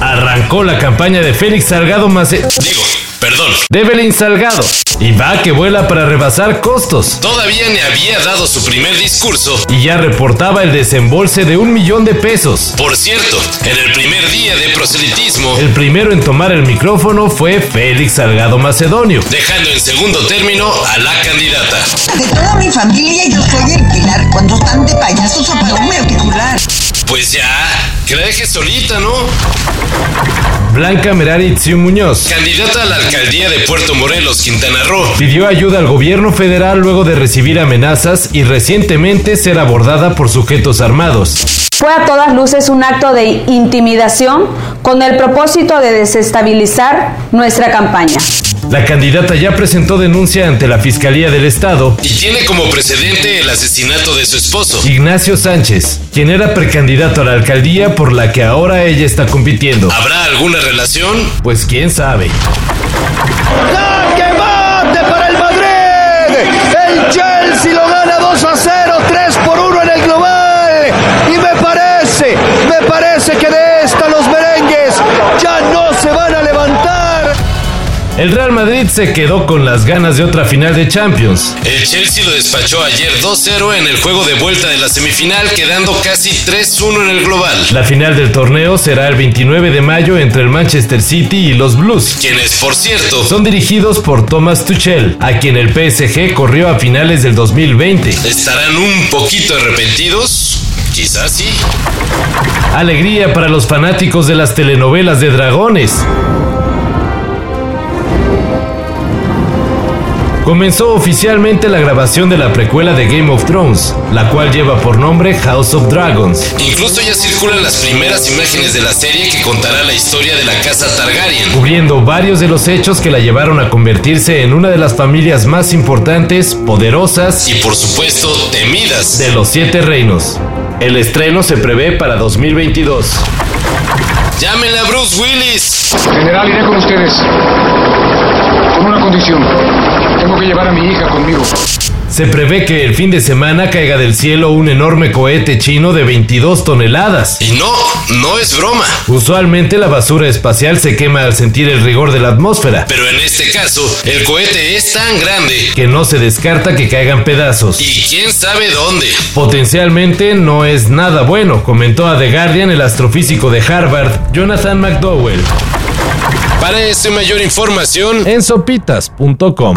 Arrancó la campaña de Félix Salgado Mace... Digo, perdón. De Belín Salgado. Y va que vuela para rebasar costos. Todavía ni había dado su primer discurso. Y ya reportaba el desembolse de un millón de pesos. Por cierto, en el primer día de proselitismo, el primero en tomar el micrófono fue Félix Salgado Macedonio. Dejando en segundo término a la candidata. De toda mi familia yo soy el pilar. Cuando están de payasos apagó mi auricular. Pues ya, que la deje solita, ¿no? Blanca Merari Tsiu Muñoz, candidata a la alcaldía de Puerto Morelos, Quintana Roo, pidió ayuda al gobierno federal luego de recibir amenazas y recientemente ser abordada por sujetos armados. Fue a todas luces un acto de intimidación con el propósito de desestabilizar nuestra campaña. La candidata ya presentó denuncia ante la Fiscalía del Estado y tiene como precedente el asesinato de su esposo, Ignacio Sánchez, quien era precandidato a la alcaldía por la que ahora ella está compitiendo. ¿Habrá alguna relación? Pues quién sabe. ¡Jaque mate para el Madrid! El Chelsea lo gana 2 a 0, 3 por 1 en el global. Y me parece, me parece que de esta los merengues ya no se van a levantar. El Real Madrid se quedó con las ganas de otra final de Champions. El Chelsea lo despachó ayer 2-0 en el juego de vuelta de la semifinal, quedando casi 3-1 en el global. La final del torneo será el 29 de mayo entre el Manchester City y los Blues, quienes, por cierto, son dirigidos por Thomas Tuchel, a quien el PSG corrió a finales del 2020. ¿Estarán un poquito arrepentidos? Quizás sí. Alegría para los fanáticos de las telenovelas de dragones. Comenzó oficialmente la grabación de la precuela de Game of Thrones, la cual lleva por nombre House of Dragons. Incluso ya circulan las primeras imágenes de la serie que contará la historia de la casa Targaryen, cubriendo varios de los hechos que la llevaron a convertirse en una de las familias más importantes, poderosas y por supuesto temidas de los siete reinos. El estreno se prevé para 2022. Llámenla Bruce Willis. General, iré con ustedes. Con una condición. Tengo que llevar a mi hija conmigo. Se prevé que el fin de semana caiga del cielo un enorme cohete chino de 22 toneladas. Y no, no es broma. Usualmente la basura espacial se quema al sentir el rigor de la atmósfera. Pero en este caso, el cohete es tan grande que no se descarta que caigan pedazos. Y quién sabe dónde. Potencialmente no es nada bueno, comentó a The Guardian el astrofísico de Harvard, Jonathan McDowell. Para esta mayor información en sopitas.com.